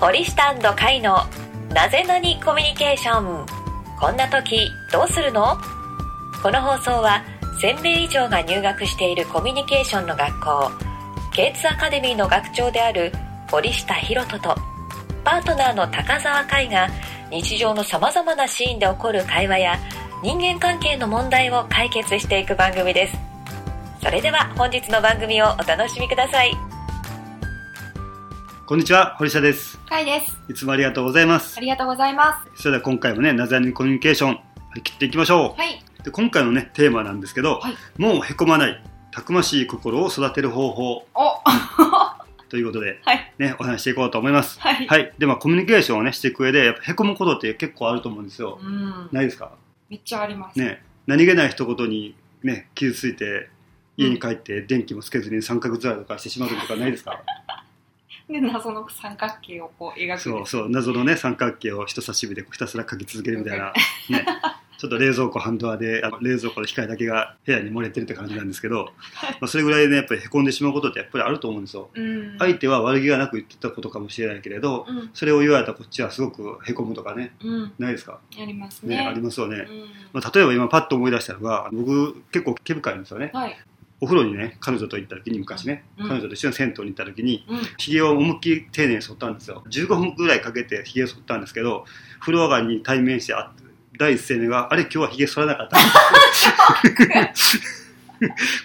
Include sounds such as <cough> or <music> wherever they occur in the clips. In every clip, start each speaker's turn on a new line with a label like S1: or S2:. S1: 堀下海のなぜなにコミュニケーションこんな時どうするのこの放送は1000名以上が入学しているコミュニケーションの学校ケイツアカデミーの学長である堀下博人とパートナーの高澤海が日常のさまざまなシーンで起こる会話や人間関係の問題を解決していく番組ですそれでは本日の番組をお楽しみください
S2: こんにちは、堀下です。
S3: かいです。
S2: いつもありがとうございま
S3: あ
S2: す。
S3: りがとうございま
S2: それでは今回もね、なぜにコミュニケーション、張り切っていきましょ
S3: す。はい。
S2: う。で今回のね、テーマなんですけど、
S3: はい
S2: もうへこまない、たくましい心を育てる方法
S3: お、は
S2: ということで、
S3: はい
S2: ね、お話ししていこうと思います。
S3: い。
S2: はい。で、まあ、コミュニケーションをね、していく上で、やっぱへこむことって結構あると思うんですよ。
S3: うん。
S2: ないですか
S3: めっちゃあります。
S2: ね、何気ない一言にね、傷ついて、家に帰って電気もつけずに三角座りとかしてしまうとかないですか
S3: で、謎の三角形をこう描く。
S2: そうそう謎のね三角形を人差し指でこうひたすら描き続けるみたいな、ね、ちょっと冷蔵庫半ドアであの冷蔵庫の光だけが部屋に漏れてるって感じなんですけど、まあ、それぐらいねやっぱりへこんでしまうことってやっぱりあると思うんですよ。
S3: うん。
S2: 相手は悪気がなく言ってたことかもしれないけれど
S3: うん。
S2: それを言われたこっちはすごくへこむとかね
S3: うん。
S2: ないですか、
S3: あります
S2: ね
S3: ね。
S2: ありますよね。
S3: うん
S2: まあ、例えば今パッと思い出したのが僕結構毛深いんですよね
S3: はい。
S2: お風呂にね彼女と行った時に昔ね、
S3: うん
S2: 彼女と一緒に銭湯に行った時に
S3: うん。
S2: ひげを思いっきり丁寧に剃ったんですよ15分ぐらいかけてひげを剃ったんですけど風呂上がりに対面してあ第一声目が「あれ今日はひげ剃らなかった」 <laughs>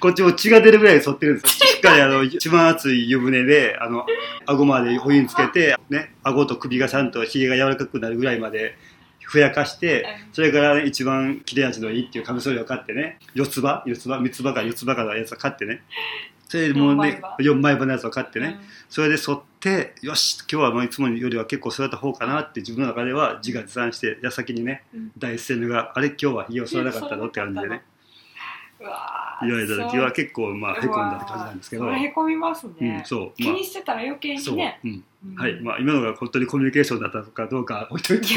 S2: こっちも血が出るぐらい剃ってるんですよしっかりあの一番熱い湯船であの顎までお湯につけてね顎と首がちゃんとひげが柔らかくなるぐらいまでふやかしてそれから一番切れ味のいいっていうカミソリを買ってね四つ葉四つ葉三つ葉か四つ葉かのやつを買ってねそれでもうね四枚刃のやつを買ってね、それで沿ってよし今日はもういつもよりは結構育った方かなって自分の中では自画自賛して矢先にね、
S3: うん
S2: 第一声目があれ今日は家を剃らなかったのって感じでね
S3: うん。うわー
S2: 言われた時は結構まあへこんだって感
S3: う
S2: じ
S3: わー
S2: なんですけど、
S3: それへこみます
S2: うん
S3: ね。
S2: そうま
S3: 気
S2: あ
S3: にしてたら余計
S2: そう、
S3: にね。
S2: うん
S3: うん
S2: はいまあ、今のが本当にコミュニケーションだったのかどうか置いとい
S3: <laughs>
S2: て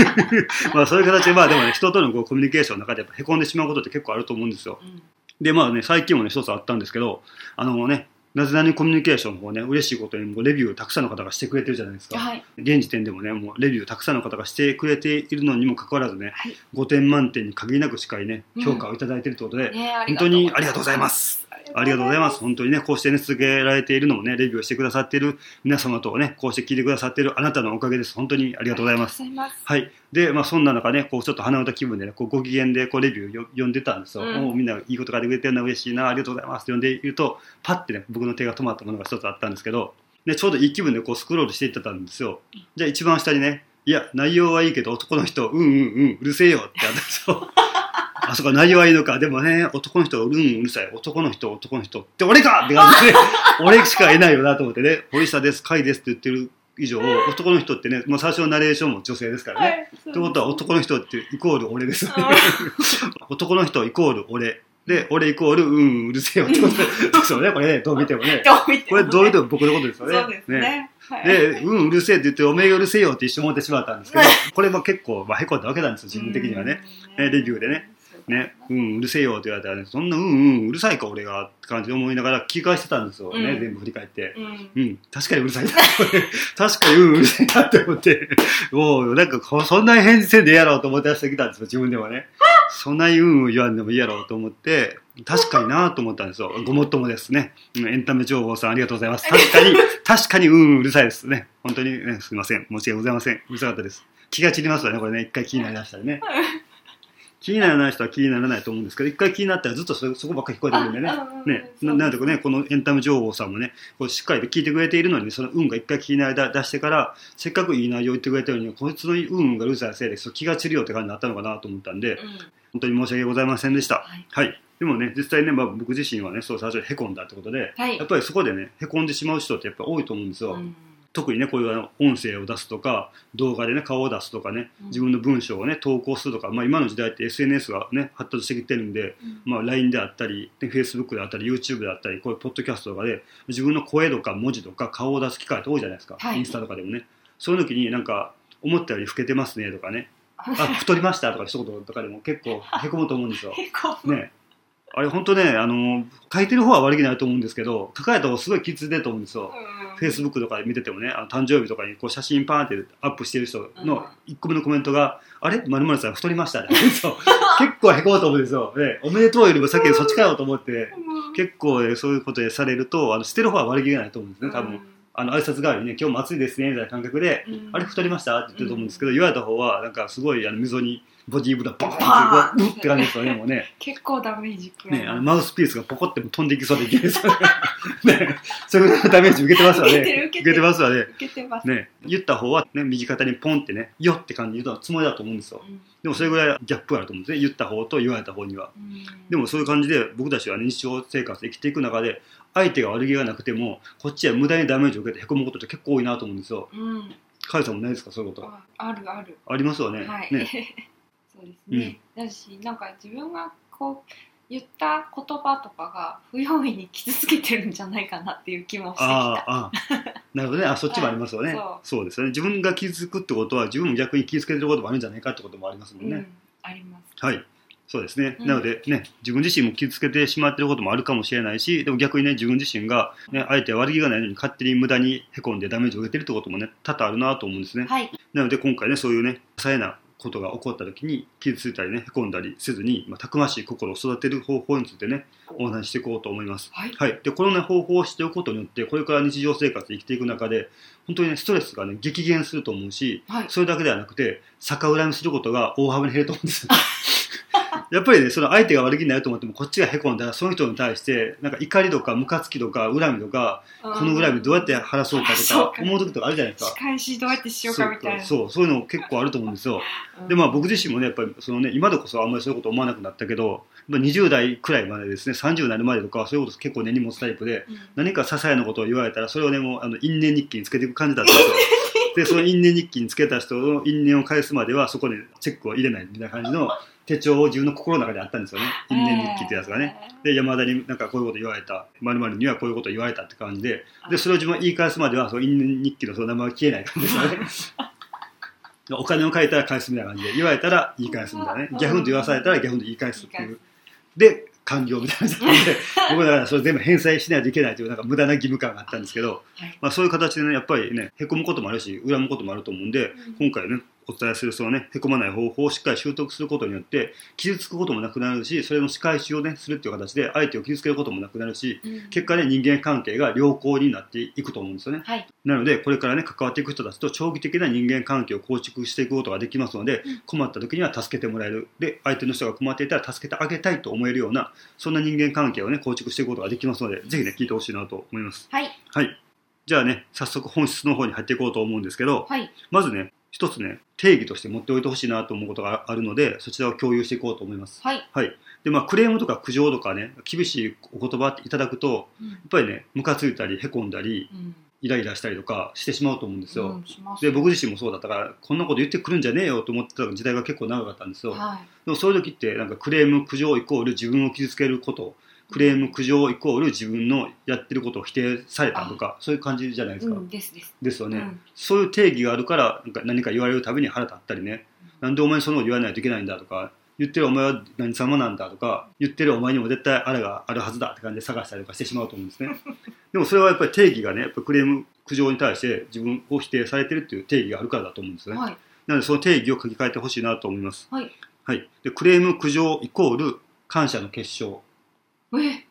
S2: <laughs> まあそういう形でまあでもね人とのこうコミュニケーションの中でやっぱへこんでしまうことって結構あると思うんですよ
S3: うん
S2: でまあね最近もね一つあったんですけどあのねなぜなにコミュニケーションの方ね嬉しいことにもうレビューをたくさんの方がしてくれてるじゃないですか、
S3: はい。
S2: 現時点でもねもうレビューたくさんの方がしてくれているのにもかかわらずね、
S3: はい
S2: 5点満点に限りなくしっかりね
S3: うん
S2: 評価をいただいているということで、
S3: ね、あり
S2: 本当
S3: がとう
S2: にありがとうございま。すありがとうございます。本当にねこうしてね続けられているのもねレビューしてくださっている皆様とねこうして聞いてくださっているあなたのおかげです本当にありがとうございます
S3: ありがとうございます。
S2: はいでまあそんな中ねこうちょっと鼻歌気分でねこうご機嫌でこうレビューよ読んでたんですよ、
S3: うん
S2: おみんないいことがでくれてるな嬉しいなありがとうございますって読んでいるとパッてね僕の手が止まったものが一つあったんですけどでちょうどいい気分でこうスクロールしていってたんですよじゃあ一番下にねいや内容はいいけど男の人うんうんうんうるせえよってあったんですよ <laughs> あそこ内容はいいのかでもね男の人うんうんうるさい男の人男の人って俺かって感
S3: <laughs>
S2: じで俺しかいないよなと思ってね堀下です甲斐ですって言ってる以上男の人ってねもう最初のナレーションも女性ですからね、
S3: はい。っ
S2: ってことは男の人ってイコール俺ですね
S3: あ。
S2: 男の人イコール俺。で、俺イコール、うん、うるせえよって
S3: <laughs>
S2: ことですよね、これね、どう見てもね。
S3: どう見て
S2: こ
S3: もね
S2: れどう見ても僕のことですよね。
S3: そうですね。はい
S2: で、うん、うるせえって言って、おめえがうるせえよって一瞬思ってしまったんですけど、これも結構、まあ、へこんだわけなんですよ、自分的にはね。。ねレビューでね。ね、うん、うるせえよって言われたらね、そんな、うん、うん、うるさいか、俺が、って感じで思いながら聞き返してたんですよね、
S3: うん
S2: 全部振り返って。
S3: うん。
S2: うん、確かにうる <laughs> さいな。確かに、うん、うるさいなって思って、もう、なんかこう、そんな返事せんでええやろうと思って出してきたんですよ、自分でもね。そんなにうんうん言わんでもいいやろうと思って、確かになと思ったんですよ。ごもっともですね。うんエンタメ情報さんありがとうございます。確かに、確かにうんうんうるさいですね。本当に、ね、すいません。申し訳ございません。うるさかったです。気が散りますよね、これね。一回気になりましたらね。気にならない人は気にならないと思うんですけど、一回気になったらずっとそれそこばっかり聞こえてくるんでね。ね、ななんとかね、このエンタメ情報さんもね、こうしっかりと聞いてくれているのに、その運が一回聞いない間出してから、せっかくいい内容言ってくれたのに、こいつの運がうるさいせいで、そう気が散るよって感じになったのかなと思ったんで、本当に申し訳ございませんでした。
S3: はい
S2: はい。でもね、実際ね、まあ、僕自身はね、そう最初にへこんだってことで、
S3: はい
S2: やっぱりそこでね、へこんでしまう人ってやっぱ多いと思うんですよ。
S3: うん
S2: 特にね、こういうあの音声を出すとか、動画でね、顔を出すとかね、
S3: うん
S2: 自分の文章をね、投稿するとか、まあ今の時代って SNS がね、発達してきてるんで、まあ、LINE であったり、で Facebook であったり、YouTube であったり、こういうポッドキャストとかで、自分の声とか文字とか顔を出す機会って多いじゃないですか、
S3: はい
S2: インスタとかでもね。そういう時に、なんか、思ったより老けてますねと <laughs> かね、あ、太りましたとか一言とかでも結構へこむと思うんですよ。
S3: 結構
S2: ね。あれ本当ね、あの、書いてる方は悪気ないと思うんですけど、書かれた方すごいきついでと思うんですよ。
S3: うん、
S2: フェイスブックとかで見ててもね、あの誕生日とかにこう写真パーンってアップしてる人
S3: うん
S2: の1個目のコメントが、あれまるまるさん太りま
S3: <laughs>
S2: したね。そう結構へこむと思うんですよ。ねおめでとうよりも先にそっちかよと思って、
S3: うん
S2: 結構ねそういうことでされると、あの、してる方は悪気がないと思うんですね、多
S3: う
S2: 分。
S3: ん
S2: あの、挨拶代わりにね、今日も暑いですね、みたいな感覚で、
S3: うん
S2: あれ太りましたって言ってると思うんですけど、言われた方は、なんかすごい、あの、溝に、ボディーブダバーンって、うわうっって感じですよね、
S3: <laughs>
S2: もうね。
S3: 結構ダメージ食らう
S2: ね、あの、マウスピースがポコって飛んでいきそうでいけですよね。 <laughs> ね、そういうダメージ受けてますわね。
S3: 受けてる受けてる
S2: ますわね。
S3: 受けてます、
S2: ね、言った方はね、右肩にポンってね、よって感じで言うつもりだと思うんですよ。
S3: うん
S2: でもそれぐらいギャップがあると思うんですね。言った方と言われた方には。
S3: うん
S2: でもそういう感じで僕たちは、ね、日常生活で生きていく中で、相手が悪気がなくても、こっちは無駄にダメージを受けて凹むことって結構多いなと思うんですよ。
S3: うん、
S2: カイさんもないですか、そういうこと。
S3: ああるある
S2: ありますよね。
S3: はい、
S2: ね
S3: <laughs> そうですね、だしなんか自分がこう言った言葉とかが不用意に傷つけてるんじゃないかなっていう気もしてき
S2: あ
S3: た
S2: あ、あ
S3: <laughs>
S2: あ。なるほどね。あ、そっちもありますよね。
S3: はい
S2: そうですよね。自分が気づくってことは、自分も逆に気づけてることもあるんじゃないかってこともありますもんね。
S3: うん、あります
S2: はい。そうですね。
S3: うん
S2: なのでね、自分自身も傷つけてしまってることもあるかもしれないし、でも逆にね、自分自身が、ね、あえて悪気がないのに勝手に無駄にへこんでダメージを受けてるってこともね、多々あるなと思うんですね。
S3: はい
S2: なので今回ね、そういうね、些細なことが起こった時に、傷ついたりね、へこんだりせずに、まあ、たくましい心を育てる方法についてね、お話ししていこうと思います。
S3: はい
S2: はい、でこの、ね、方法を知っておくことによってこれから日常生活で生きていく中で本当に、ね、ストレスが、ね、激減すると思うし
S3: はい
S2: それだけではなくて逆恨みすることが大幅に減ると思うんですよ <laughs> やっぱりねその相手が悪気になると思ってもこっちがへこんだらその人に対してなんか怒りとかムカつきとか恨みとかこの恨みどうやって晴らそうか
S3: そ
S2: とか
S3: うか
S2: 思う時とかあるじゃないです
S3: 仕
S2: か。
S3: 返しどうやってしようかみたいな
S2: そうそうそういうの結構あると思うんですよ。
S3: うん
S2: でまあ、僕自身もねやっぱりその、ね、今でこそあんまりそういうこと思わなくなったけどまあ20代くらいまでですね30になるまでとかはそういうこと結構根に持つタイプで
S3: うん
S2: 何か些細なことを言われたらそれをねもうあの因縁日記につけていく感じだったんですよでその因縁日記につけた人の因縁を返すまではそこにチェックを入れないみたいな感じの手帳を自分の心の中であったんですよね因縁日記ってやつがね、で山田になんかこういうこと言われた〇〇にはこういうこと言われたって感じででそれを自分は言い返すまではその因縁日記のその名前は消えない感じですよね
S3: <laughs>
S2: お金を返いたら返すみたいな感じで言われたら言い返すみたいなね
S3: うん
S2: ギャフンと言わされたらギャフンと言い返すって
S3: 言
S2: い
S3: いう
S2: で完了みたいな感じで僕だからそれ全部返済しないといけないというなんか無駄な義務感があったんですけど、
S3: はい
S2: まあ、そういう形でねやっぱりねへこむこともあるし恨むこともあると思うんで
S3: うん
S2: 今回ねお伝えするそのねへこまない方法をしっかり習得することによって傷つくこともなくなるしそれの仕返しをねするっていう形で相手を傷つけることもなくなるし
S3: うん
S2: 結果ね人間関係が良好になっていくと思うんですよね
S3: はい
S2: なのでこれからね関わっていく人たちと長期的な人間関係を構築していくことができますので
S3: うん
S2: 困った時には助けてもらえるで相手の人が困っていたら助けてあげたいと思えるようなそんな人間関係をね構築していくことができますのでぜひね聞いてほしいなと思います
S3: はい
S2: はいじゃあね早速本質の方に入っていこうと思うんですけど
S3: はい
S2: まずね一つね定義として持っておいてほしいなと思うことがあるのでそちらを共有していこうと思います
S3: はい
S2: でまあクレームとか苦情とかね厳しいお言葉いただくと
S3: うん
S2: やっぱりねムカついたりへこんだり
S3: うん
S2: イライラしたりとかしてしまうと思うんですよ、
S3: うんします
S2: で僕自身もそうだったからこんなこと言ってくるんじゃねえよと思ってた時代が結構長かったんですよ、
S3: はい
S2: でもそういう時ってなんかクレーム苦情イコール自分を傷つけることクレーム苦情イコール自分のやってることを否定されたとかそういう感じじゃないですか、
S3: うんですです
S2: ですよね、
S3: うん
S2: そういう定義があるからなんか何か言われるたびに腹立ったりねなんでお前にそのこと言わないといけないんだとか言ってるお前は何様なんだとか言ってるお前にも絶対あれがあるはずだって感じで探したりとかしてしまうと思うんですね <laughs> でもそれはやっぱり定義がねやっぱクレーム苦情に対して自分を否定されてるっていう定義があるからだと思うんですね、
S3: はい
S2: なのでその定義を書き換えてほしいなと思います
S3: はい
S2: はい、でクレーム苦情イコール感謝の結晶
S3: え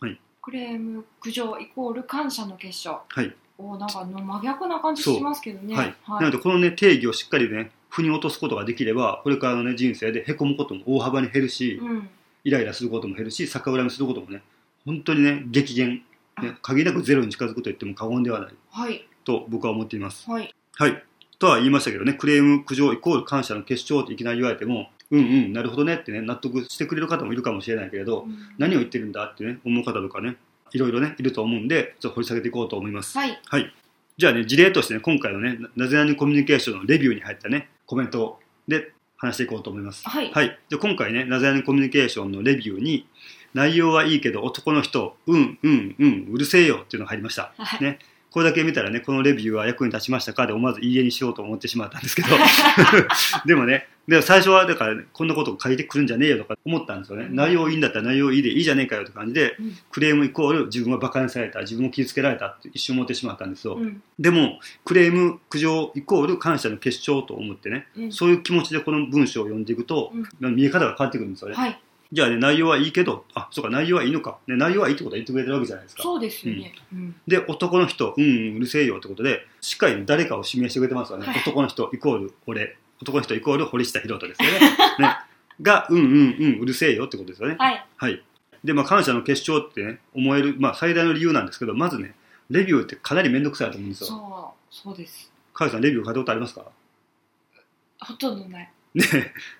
S2: はい
S3: クレーム苦情イコール感謝の結晶
S2: はい、
S3: おなんかの真逆な感じしますけどね
S2: はい
S3: は
S2: ないのでこのね定義をしっかりね腑に落とすことができればこれからのね人生でへこむことも大幅に減るし、
S3: うん
S2: イライラすることも減るし逆恨みすることもね本当にね激減、ね、限りなくゼロに近づくと言っても過言ではない
S3: はい
S2: と僕は思っています
S3: はい
S2: はいとは言いましたけどねクレーム苦情イコール感謝の結晶っていきなり言われてもうんうんなるほどねってね納得してくれる方もいるかもしれないけれど
S3: うん
S2: 何を言ってるんだってね思う方とかねいろいろねいると思うんでちょっと掘り下げていこうと思います
S3: はい
S2: はい。じゃあね、事例としてね、今回のね、ななぜなにコミュニケーションのレビューに入ったね、コメントで話していこうと思います。
S3: はい
S2: はい。じゃあ今回ね、なぜなにコミュニケーションのレビューに、内容はいいけど男の人、うん、うん、うん、うるせえよっていうのが入りました。
S3: はい
S2: ね。これだけ見たらね、このレビューは役に立ちましたかで思わずいいえにしようと思ってしまったんですけど、でもね、でも最初はだから、こんなこと書いてくるんじゃねえよとか思ったんですよね。
S3: うん
S2: 内容いいんだったら内容いいでいいじゃねえかよって感じで、
S3: うん
S2: クレームイコール自分は馬鹿にされた、自分を傷つけられたって一瞬思ってしまったんですよ。
S3: うん
S2: でも、クレーム、苦情イコール感謝の結晶と思ってね、
S3: うん
S2: そういう気持ちでこの文章を読んでいくと、見え方が変わってくるんですよね。
S3: はい
S2: じゃあね、内容はいいけど、あ、そうか、内容はいいのか。ね、内容はいいってことは言ってくれてるわけじゃないですか。
S3: そうですよね、うん
S2: で、男の人、うん、うん、うるせえよってことで、しっかり誰かを指名してくれてますよね。
S3: はい
S2: 男の人イコール俺、男の人イコール堀下博人です
S3: <laughs>
S2: よね。ね。が、うん、うん、うん、うるせえよってことですよね。
S3: はい
S2: はい。で、まあ、感謝の結晶ってね、思える、まあ、最大の理由なんですけど、まずね、レビューってかなり面倒くさいと思うんですよ。
S3: そうそうです
S2: カイさん、レビュー書いたことありますか <laughs>
S3: ほとんどない
S2: ね、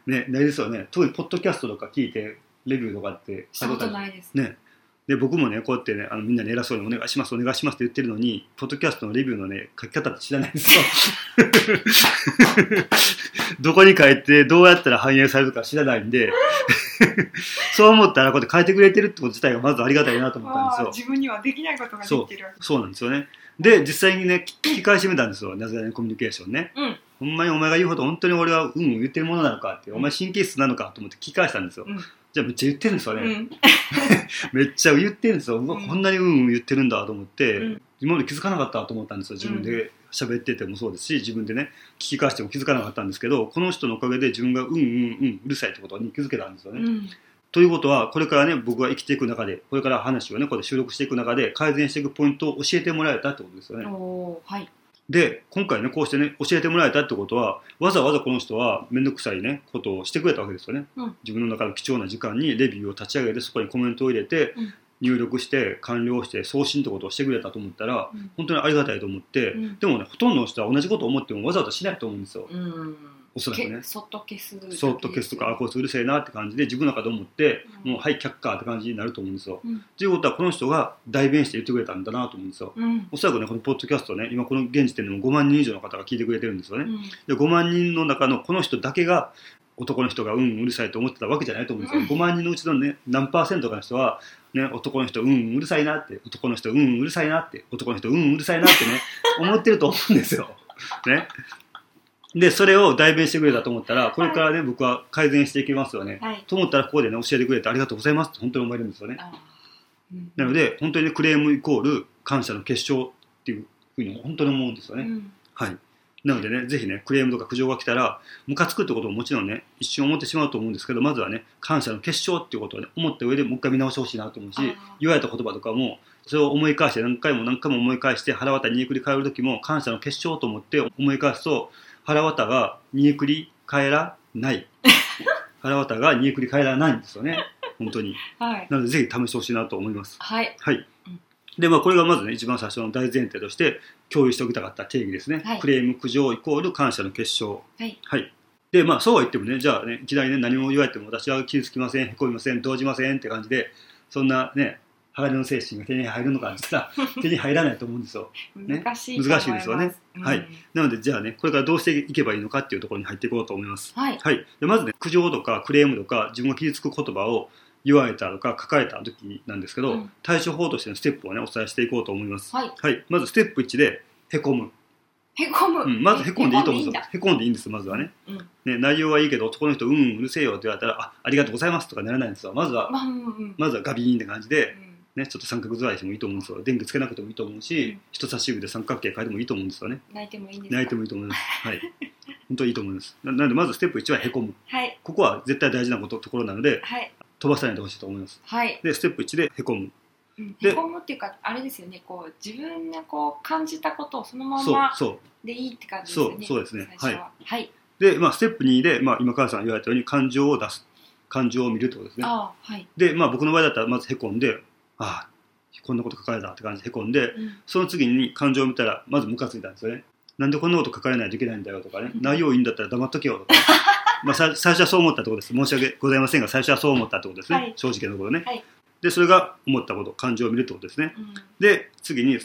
S2: ね、ないですよね。特に、ポッドキャストとか聞いて、レビューとかって
S3: したことないです
S2: ね、で僕もねこうやってねあのみんなに偉そうに「お願いしますお願いします」って言ってるのにポッドキャストのレビューのね書き方って知らないんですよどこに書いてどうやったら反映されるか知らないんでそう思ったらこうやって書いてくれてるってこと自体がまずありがたいなと思ったんです
S3: あ
S2: よ
S3: あ自分にはできないことができてる
S2: そうなんですよね。で、実際にね、き聞き返してみたんですよ。なぜならコミュニケーションね。
S3: うん
S2: ほんまにお前が言うほど本当に俺はうんうん言ってるものなのかって、お前神経質なのかと思って聞き返したんですよ。
S3: うん
S2: じゃあめっちゃ言ってるんですよ
S3: う
S2: ね。
S3: ん
S2: めっちゃ言ってるんですよ。うわ、
S3: うん
S2: こんなにうんうん言ってるんだと思って、
S3: うん
S2: 今まで気づかなかったと思ったんですよ。自分で喋っててもそうですし、自分でね、聞き返しても気づかなかったんですけど、この人のおかげで自分がうんうんうんうるさいってことに気づけたんですよね。
S3: うん
S2: ということは、これからね、僕が生きていく中で、これから話をね、こうやって収録していく中で、改善していくポイントを教えてもらえたってことですよね。
S3: おーはい
S2: で、今回ね、こうしてね、教えてもらえたってことは、わざわざこの人は面倒くさいね、ことをしてくれたわけですよね。
S3: うん
S2: 自分の中の貴重な時間にレビューを立ち上げて、そこにコメントを入れて、
S3: うん
S2: 入力して、完了して、送信ってことをしてくれたと思ったら、
S3: うん
S2: 本当にありがたいと思って、
S3: うん
S2: でもね、ほとんどの人は同じことを思ってもわざわざしないと思うんですよ。
S3: うん
S2: おそらくね
S3: けそっと消すだけです
S2: そっと消すとか、あ、こいつうるせえなって感じで、自分の中で思って、
S3: うん
S2: もう、はい、却下って感じになると思うんですよ。
S3: うん
S2: ということは、この人が代弁して言ってくれたんだなと思うんですよ。
S3: うん
S2: おそらくね、このポッドキャストね、今この現時点でも5万人以上の方が聞いてくれてるんですよ
S3: う
S2: ね。
S3: ん
S2: で、5万人の中のこの人だけが、男の人がうんうるさいと思ってたわけじゃないと思うんですよ。
S3: うん
S2: 5万人のうちのね、何パーセントかの人は、ね、男の人うんうるさいなって、男の人うんうるさいなって、男の人うんうるさいなってね、思ってると思うんですよ。 <laughs> ね。で、それを代弁してくれたと思ったら、これからね、僕は改善していきますよね。
S3: はい
S2: と思ったら、ここでね、教えてくれてありがとうございますって本当に思えるんですよね。
S3: あーうん
S2: なので、本当にねクレームイコール感謝の結晶っていうふうに本当に思うんですよ
S3: う
S2: ね。
S3: ん
S2: はい。なのでね、ぜひね、クレームとか苦情が来たら、ムカつくってことももちろんね、一瞬思ってしまうと思うんですけど、まずはね、感謝の結晶っていうことをね、思った上でもう一回見直してほしいなと思うし
S3: あー、
S2: 言われた言葉とかも、それを思い返して、何回も何回も思い返して、腹渡りにえくり返る時も、感謝の結晶と思って思い返すと、腹渡がにえくり返らない。腹渡がにえくり返らないんですよね。本当に。
S3: はい
S2: なので、ぜひ試してほしいなと思います。
S3: はい
S2: はい
S3: うん。
S2: で、まあ、これがまずね、一番最初の大前提として、共有しておきたかった定義ですね。
S3: はい
S2: クレーム、苦情イコール感謝の結晶。
S3: はい。
S2: で、まあ、そうは言ってもね、じゃあね、いきなりね、何も言われても私は傷つきません、へこみません、動じませんって感じで、そんなね、鋼の精神が手に入るのかって
S3: <laughs>
S2: さ、手に入らないと思うんですよ。ね
S3: 難しいと思
S2: 難しいですよね
S3: ます
S2: はい
S3: うん
S2: なので、じゃあね、これからどうしていけばいいのかっていうところに入っていこうと思います。
S3: はい
S2: はい、でまずね苦情とかクレームとか自分が傷つく言葉を言われたとか書かれた時なんですけど、
S3: うん
S2: 対処法としてのステップをねお伝えしていこうと思います、
S3: はい
S2: はい、まずステップ1でへこむ、
S3: へこむ
S2: うん、まずへこんでいいと思うん
S3: へ
S2: です
S3: こ
S2: よへこんでいいんですまずはね,、
S3: うん
S2: ね内容はいいけど男の人「うんうんうるせえよ」って言われたら「あありがとうございます」とかならないんですよまずは、
S3: まあうんうん
S2: まずはガビーンって感じで、
S3: うん
S2: ね、ちょっと三角座りしてもいいと思うんですよ電気つけなくてもいいと思うし、
S3: うん
S2: 人差し指で三角形変えてもいいと思うんですよね
S3: 泣いてもいいんですか
S2: 泣いてもいいと思い
S3: <laughs>
S2: ますはい本当にいいと思いますななのでまずステップ1はへこむ
S3: はい
S2: ここは絶対大事なことところなので
S3: はい
S2: 飛ばさないでほしいと思います
S3: はい
S2: でステップ1でへこむ
S3: うん
S2: で
S3: へこむっていうかあれですよねこう自分がこう感じたことをそのま
S2: そう
S3: ま
S2: そう
S3: でいいって感じですよ
S2: そう
S3: ね
S2: そうですね
S3: 最初ははい
S2: で、まあ、ステップ2で、まあ、今川さんが言われたように感情を出す感情を見るってことですね
S3: ああはい
S2: で、まあ、僕の場合だったらまずへこんでああこんなこと書かれたって感じでへこんで
S3: うん
S2: その次に感情を見たらまずムカついたんですよねなんでこんなこと書かれないといけないんだよと
S3: <laughs>
S2: かね
S3: うん
S2: 内容いいんだったら黙っとけよと
S3: <laughs>
S2: かまあさ最初はそう思ったってことです申し訳ございませんが最初はそう思ったってことですね、
S3: はい
S2: 正直なところね、
S3: はい
S2: でそれが思ったこと感情を見るってことですね
S3: うん
S2: で次に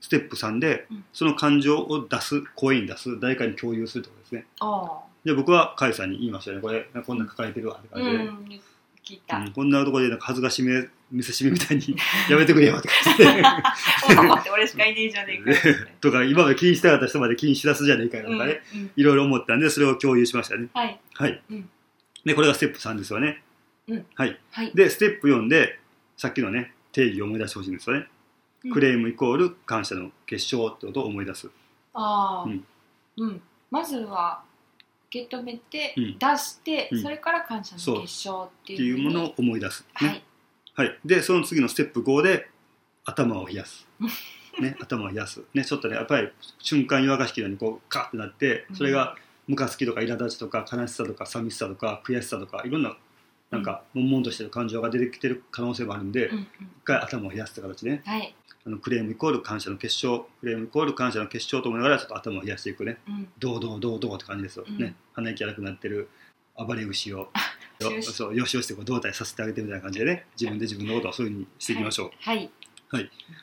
S2: ステップ3で、
S3: うん
S2: その感情を出す声に出す誰かに共有するってことですね
S3: あ
S2: で僕は甲斐さんに言いましたよねこれこんなん書かれてるわって
S3: あ
S2: 感
S3: う
S2: じでね、
S3: ん聞いた
S2: うんこんなところでなんか恥ずかしめ見せしめみたい
S3: <laughs>
S2: にやめてくれよとか言って
S3: 男って俺しかいねえじゃねえかって
S2: とか今まで気にしてなかった人まで気にしだすじゃねえかよ
S3: <laughs> う
S2: と
S3: ん
S2: かね、
S3: うん
S2: いろいろ思ったんでそれを共有しましたね
S3: はい
S2: はい、
S3: うん
S2: でこれがステップ3ですよね、
S3: うん
S2: はい
S3: はい
S2: でステップ4でさっきのね定義を思い出してほしいんですよね、
S3: うん
S2: クレームイコール感謝の結晶ってことを思い出す
S3: ああ、
S2: うん
S3: うんまずは受け止めて、
S2: うん
S3: 出して、
S2: うん
S3: それから感謝の結晶って
S2: って
S3: い
S2: いううものを思い出す、ね
S3: はい、
S2: はい、でその次のステップ5で頭を冷や
S3: <laughs>
S2: す、ね、頭を冷やす、ね、ちょっとねやっぱり瞬間弱がしきのようにこうカッてなってそれがムカつきとか苛立ちとか悲しさとか寂しさとか悔しさとかいろんななんか悶々としてる感情が出てきてる可能性もあるんで、
S3: うんうん
S2: 一回頭を冷やすって形ね
S3: はい、
S2: あのクレームイコール感謝の結晶クレームイコール感謝の結晶と思いながらちょっと頭を冷やしていくね
S3: うん、
S2: どうどうどうどうって感じですよ、
S3: うん
S2: ね鼻息荒くなってる暴れ牛をよ
S3: よし
S2: そうよしよしってこう胴体させてあげてみたいな感じでね自分で自分のことをそういうふうにしていきましょう、
S3: はい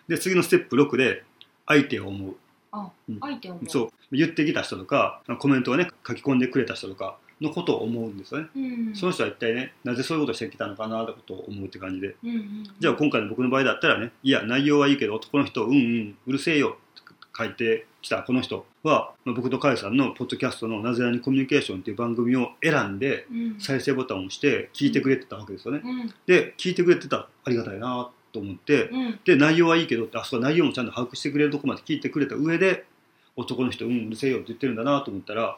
S2: で次のステップ6で相手を思う
S3: 相手を思う
S2: そう言ってきた人とかコメントをね書き込んでくれた人とかのことを思うんですよね、
S3: うん、
S2: その人は一体ねなぜそういうことをしてきたのかなってことを思うって感じで
S3: うんうん、
S2: じゃあ今回の僕の場合だったらね、いや、内容はいいけど、男の人、うんうん、うるせえよって書いてきたこの人は、まあ僕とカイさんのポッドキャストのなぜなにコミュニケーションっていう番組を選んで、
S3: うん
S2: 再生ボタンを押して聞いてくれてたわけですよね。
S3: うん
S2: で、聞いてくれてた、ありがたいなと思って、
S3: うん
S2: で、内容はいいけどって、あそこは内容もちゃんと把握してくれるとこまで聞いてくれた上で、男の人、うん、うるせえよって言ってるんだなと思ったら、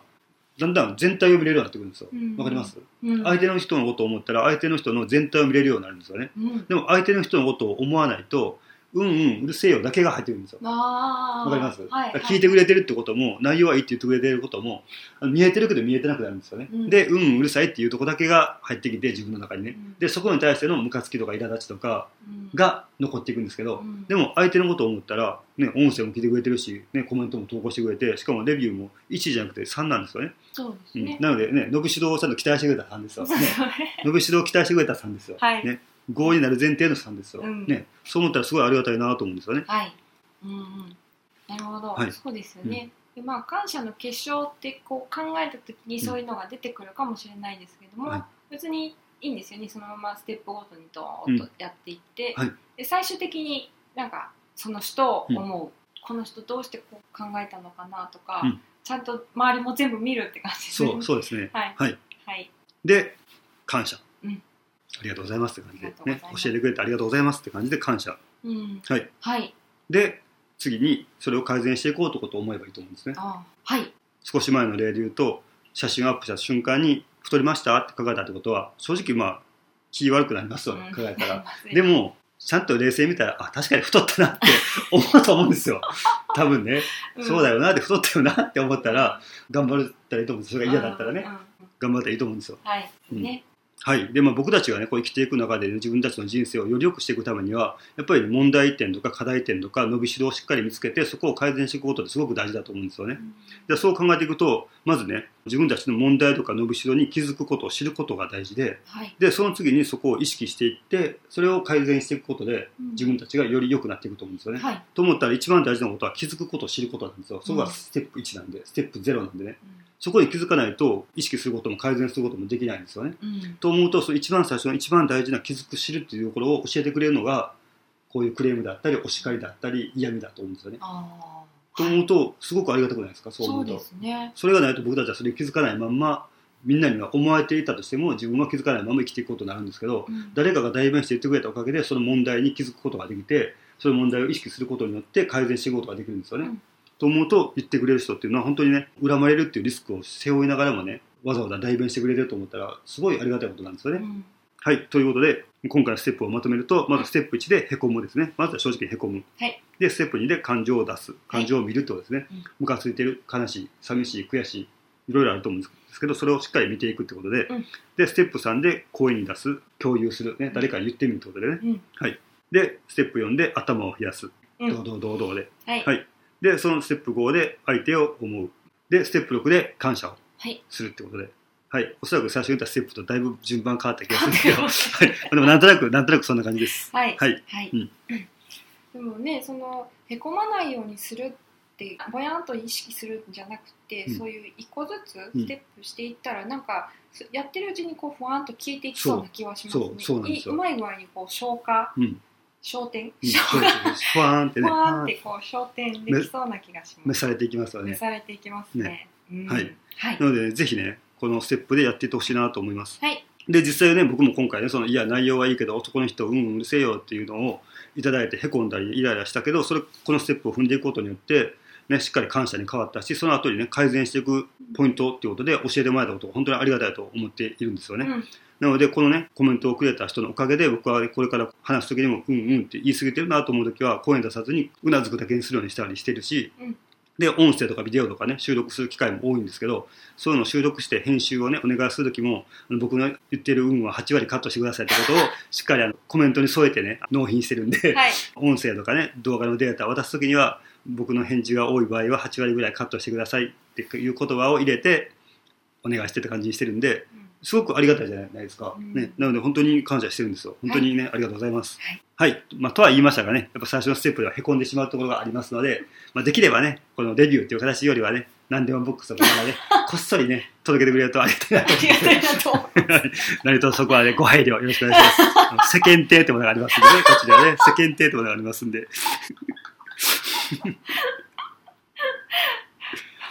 S2: だんだん全体を見れるようになってくるんですよ
S3: う。ん
S2: わかります
S3: うん
S2: 相手の人のことを思ったら、相手の人の全体を見れるようになるんですよね。
S3: うん
S2: でも相手の人のことを思わないと、うんうん、うるせえよだけが入ってくるんですよ。
S3: あ
S2: わかります、
S3: はい、
S2: 聞いてくれてるってことも、内容はいいって言ってくれてることも、あの見えてるけど見えてなくなるんですよね。
S3: うん
S2: で、うんうん、うるさいっていうとこだけが入ってきて、自分の中にね。で、そこに対してのムカつきとか苛立ちとかが残っていくんですけど、で
S3: も、
S2: も相手のことを思ったら、ね、音声も聞いてくれてるし、ね、コメントも投稿してくれて、しかもレビューも1じゃなくて3なんですよね。
S3: そうです
S2: うん
S3: ね。
S2: なのでね、伸びしろをちゃんと期待してくれた3です
S3: そ <laughs>
S2: よ。
S3: う
S2: ね
S3: そう、
S2: 伸びしろを期待してくれた3ですよ。
S3: はい
S2: ね5になる前提の3ですよ、
S3: うん
S2: ね、そう思ったらすごいありがたいなと思うんですよね、
S3: はい。うんうん。なるほど、
S2: はい
S3: そうですよね。でまあ感謝の結晶ってこう考えた時にそういうのが出てくるかもしれないですけども、
S2: はい
S3: 別にいいんですよね。そのままステップごとにドーンとやっていって、
S2: はい
S3: で最終的になんかその人を思う、この人どうしてこう考えたのかなとか、
S2: うん
S3: ちゃんと周りも全部見るって感じですね
S2: そうそうですね
S3: はい
S2: はい
S3: はい。
S2: で感謝、
S3: うん
S2: ありがとうございますって感じで
S3: ありがとうござ
S2: ね
S3: います
S2: 教えてくれてありがとうございますって感じで感謝
S3: うん。
S2: はい
S3: はい。
S2: で次にそれを改善していこうということを思えばいいと思うんですね
S3: あーはい。
S2: 少し前の例で言うと写真をアップした瞬間に太りましたって書かれたってことは正直まあ気悪くなりますよね書か
S3: <laughs>
S2: れたら
S3: うん
S2: でもちゃんと冷静に見たらあ確かに太ったなって思うと思うんですよ多分ねそうだ
S3: よ
S2: よなって太ったよなって思ったら頑張ったらいいと思うんですそれが嫌だったらね頑張ったらいいと思うんですよ
S3: はい、
S2: うん
S3: ね、
S2: はいでまあ僕たちがねこう生きていく中で、自分たちの人生をより良くしていくためにはやっぱり問題点とか課題点とか伸びしろをしっかり見つけてそこを改善していくことってすごく大事だと思うんですよねでそう考えていくとまずね自分たちの問題とか伸びしろに気づくことを知ることが大事で
S3: はい、
S2: でその次にそこを意識していってそれを改善していくことで自分
S3: た
S2: たちがより良くなっていくと思うんですよね、
S3: はい、
S2: と思ったら一番大事なことは気づくことを知ることなんですよそこがステップ1なんでステップ0なんでねそこに気づかないと意識することも改善することもできないんですよね。
S3: うん、
S2: と思うとその一番最初の一番大事な気づく知るっていうところを教えてくれるのがこういうクレームだったりお叱りだったり嫌味だと思うんですよね。
S3: あ
S2: と思うとすごくありがたくないですか
S3: あ、
S2: そう
S3: そ
S2: 思う
S3: うで
S2: と。
S3: すね。
S2: それがないと僕たちはそれに気づかないまんまみんなには思われていたとしても自分は気づかないまま生きていくことになるんですけど
S3: うん
S2: 誰かが代弁して言ってくれたおかげでその問題に気づくことができてその問題を意識することによって改善していくことができるんですよね。
S3: うん
S2: と思うと言ってくれる人っていうのは本当にね恨まれるっていうリスクを背負いながらもねわざわざ代弁してくれてると思ったらすごいありがたいことなんですよね。
S3: うん
S2: はいということで今回のステップをまとめるとまずステップ1でへこむですねまずは正直へこむ、
S3: はい
S2: でステップ2で感情を出す感情を見るってことですね、
S3: うん
S2: ムカついてる悲しい寂しい悔しいいろいろあると思うんですけどそれをしっかり見ていくってことで、
S3: うん
S2: でステップ3で声に出す共有する、ね、誰かに言ってみるってことでね、
S3: うん
S2: はい、でステップ4で頭を冷やす、
S3: う
S2: ど
S3: ん
S2: うどうどうどうで
S3: はい、
S2: はいでそのステップ5で相手を思うでステップ6で感謝を
S3: はい
S2: するってことで、はい、おそらく最初に言ったステップとだいぶ順番変わった気がす
S3: <laughs>
S2: るんですけど
S3: は
S2: はい、 <laughs> でもなんとなく、なんとなくそんな感じです。
S3: い、
S2: はい、
S3: はい
S2: うん
S3: でもね、そのへこまないようにするってぼやんと意識するんじゃなくて、
S2: うん
S3: そういう一個ずつ
S2: うん
S3: ステップしていったら、なんかやってるうちにこうふわんと消えていきそうな気はしますね
S2: そうそうそうなんですよ
S3: いうまい具合にこう消化、
S2: うん
S3: 焦点
S2: うん
S3: 消
S2: そう
S3: 化
S2: ですふわーんって
S3: ふ
S2: ね、
S3: わーってこう焦点できそうな気がしま
S2: 召
S3: す
S2: されていきますよ
S3: 召
S2: ね。
S3: されていきますねうん
S2: はい
S3: はい
S2: なので、ぜひね、このステップでやっていってほしいなと思います。
S3: はい
S2: で、実際ね、僕も今回ね、その、いや、内容はいいけど、男の人、うん、うんうるせえよっていうのをいただいて、へこんだり、イライラしたけど、それ、このステップを踏んでいくことによって、ね、しっかり感謝に変わったし、その後にね、改善していくポイントっていうことで、教えてもらえたことが本当にありがたいと思っているんですよね。
S3: うん
S2: なので、このね、コメントをくれた人のおかげで、僕はこれから話すときにも、うんうんって言い過ぎてるなと思うときは、声に出さずに、うなずくだけにするようにしたりしてるし、
S3: うん
S2: で、音声とかビデオとかね、収録する機会も多いんですけど、そういうのを収録して編集をね、お願いするときも、あの僕の言ってるうんは8割カットしてくださいってことを、しっかりあのコメントに添えてね、納品してるんで、
S3: はい
S2: 音声とかね、動画のデータを渡すときには、僕の返事が多い場合は8割ぐらいカットしてくださいっていう言葉を入れて、お願いしてって感じにしてるんで、
S3: うん
S2: すごくありがたいじゃないですか、
S3: うん
S2: ね、なので本当に感謝してるんですよ本当にね、ありがとうございます
S3: はい、
S2: はいまあ、とは言いましたがねやっぱ最初のステップではへこんでしまうところがありますの
S3: <laughs>
S2: で、まあ、できればねこのレビューっていう形よりはね何でもボックスとかま
S3: <laughs>
S2: でねこっそりね届けてくれるとありがたいなと
S3: ありがたいなと思う
S2: 何とそこはねご配慮よろしくお願いし
S3: <laughs>
S2: ますあの世間体ってものがありますんでねこちらね世間体ってものがありますんで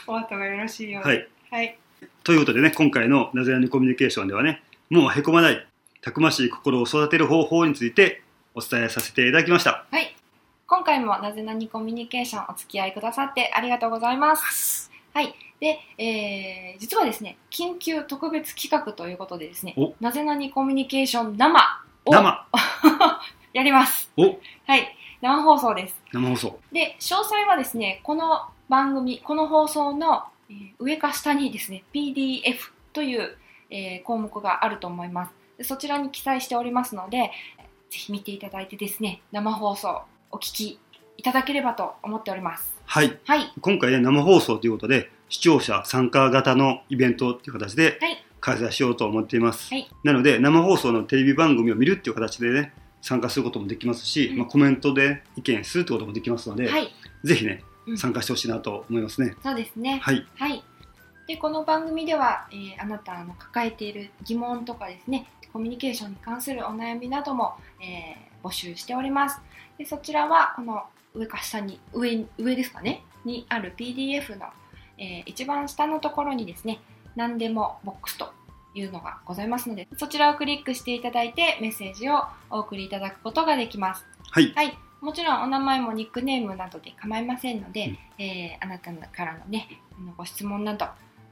S3: お後がよろしいように
S2: はい
S3: はい
S2: ということでね、今回のなぜなにコミュニケーションではね、もうへこまない、たくましい心を育てる方法についてお伝えさせていただきました。
S3: はい。今回もなぜなにコミュニケーションお付き合いくださってありがとうございます。はい。で、えー、実はですね、緊急特別企画ということでですね
S2: お、
S3: なぜなにコミュニケーション生を
S2: 生、
S3: <laughs> やります。
S2: お
S3: はい。生放送です。
S2: 生放送。
S3: で、詳細はですね、この番組、この放送の、えー上か下にですね、PDF という、えー項目があると思いますで。そちらに記載しておりますので、ぜひ見ていただいてですね、生放送お聞きいただければと思っております。
S2: はい。
S3: はい、
S2: 今回ね、生放送ということで、視聴者参加型のイベントっていう形で
S3: はい
S2: 開催しようと思っています。
S3: はい
S2: なので、生放送のテレビ番組を見るっていう形でね、参加することもできますし、
S3: うん
S2: まあ、コメントで意見するってこともできますので、
S3: はい、
S2: ぜひね
S3: う、ん
S2: 参加してほしいなと思いますね。
S3: そうですね。
S2: はい。
S3: はい。で、この番組では、えーあなたの抱えている疑問とかですね、コミュニケーションに関するお悩みなども、えー募集しております。で、そちらは、この上か下に、上に、上ですかね、にある PDF の、えー一番下のところにですね、何でもボックスというのがございますので、そちらをクリックしていただいて、メッセージをお送りいただくことができます。
S2: はい。
S3: はい、もちろんお名前もニックネームなどで構いませんの
S2: うん
S3: で、えーあなたからのね、あのご質問など、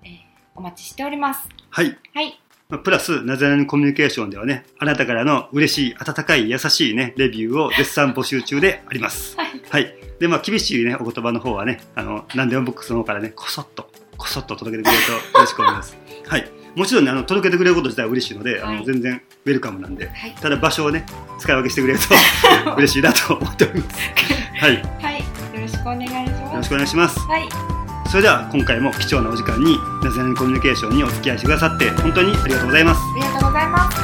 S3: えーお待ちしております。
S2: はい。
S3: はい、
S2: まあプラス、なぜなにコミュニケーションではね、あなたからの嬉しい、温かい、優しいね、レビューを絶賛募集中であります。
S3: はい、
S2: はい。で、まあ、厳しいね、お言葉の方はね、あの、なんでもボックスの方からね、こそっと、こそっと届けてくれるとよろしく思い
S3: <laughs>
S2: ます。はい。もちろんね、あの、届けてくれること自体は嬉しいので、あ
S3: は
S2: の、
S3: い
S2: 全然ウェルカムなんで、
S3: はい、
S2: ただ場所をね、使い分けしてくれる
S3: <laughs>
S2: と嬉しいなと思っております。はい。よ
S3: はい、よろしくお願いし
S2: ろ
S3: ま
S2: し
S3: す。
S2: くお願いします。
S3: はい、
S2: それでは、今回も貴重なお時間に、なぜなにコミュニケーションにお付き合いしてくださって、本当にありがとうございます。
S3: ありがとうございます。